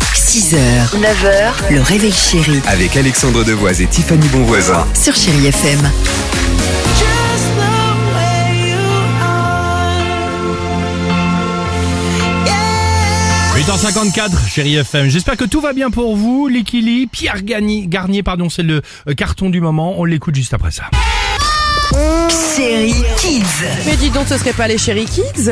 6h, 9h, le réveil chéri Avec Alexandre Devoise et Tiffany Bonvoisin. sur Chéri FM. Just the way you are. Yeah. 8h54, chérie FM. J'espère que tout va bien pour vous. Likili, Pierre Garnier, Garnier pardon, c'est le euh, carton du moment. On l'écoute juste après ça. Chéri Kids. Mais dis donc, ce serait pas les chéri kids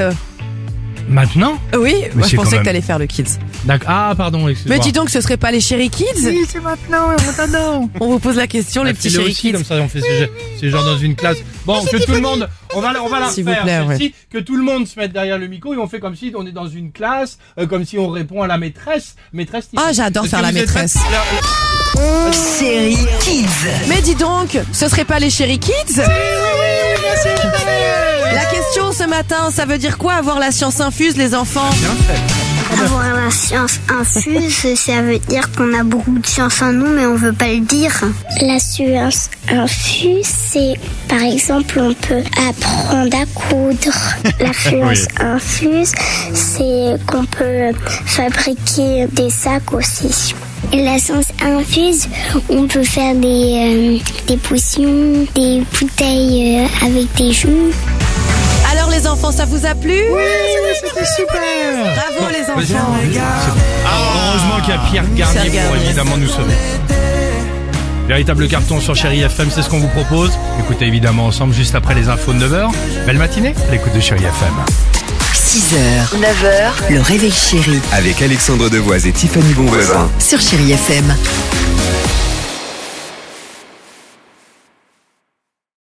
Maintenant Oui, moi, c'est je quand pensais même- que t'allais faire le kids. D'accord. Ah, pardon, Mais excusez-moi. dis donc, ce serait pas les chéri kids Oui, c'est maintenant, maintenant. On vous pose la question, les petits Faites-le chéri Ah, aussi, kids. comme ça, on fait ce jeu, ce genre dans une classe. Bon, que tout le monde, on va, la- on va la S'il vous refaire, plaît, celle-ci, que tout le monde se mette derrière le micro et on fait comme si on est dans une classe, euh, comme si on répond à la maîtresse. Maîtresse Tiffany. Ah, j'adore Est-ce faire que la vous êtes maîtresse. prête La- Chéri Kids. Mais dis donc, ce serait pas les chéri kids La question ce matin, ça veut dire quoi avoir la science infuse, les enfants Avoir la science infuse, ça veut dire qu'on a beaucoup de science en nous, mais on veut pas le dire. La science infuse, c'est par exemple, on peut apprendre à coudre. La science infuse, c'est qu'on peut fabriquer des sacs aussi. La science infuse, on peut faire des, euh, des potions, des bouteilles euh, avec des jus. Alors les enfants, ça vous a plu C'était super. Bravo les vas-y. enfants Ah, heureusement qu'il y a Pierre Garnier Pierre pour Garnier. évidemment nous sauver. Véritable carton sur Chéri FM, c'est ce qu'on vous propose. Écoutez évidemment ensemble juste après les infos de 9h. Belle matinée, à l'écoute de Chéri FM. 6h, 9h, le réveil chéri Avec Alexandre Devoise et Tiffany Bonvoisin. sur Chéri FM.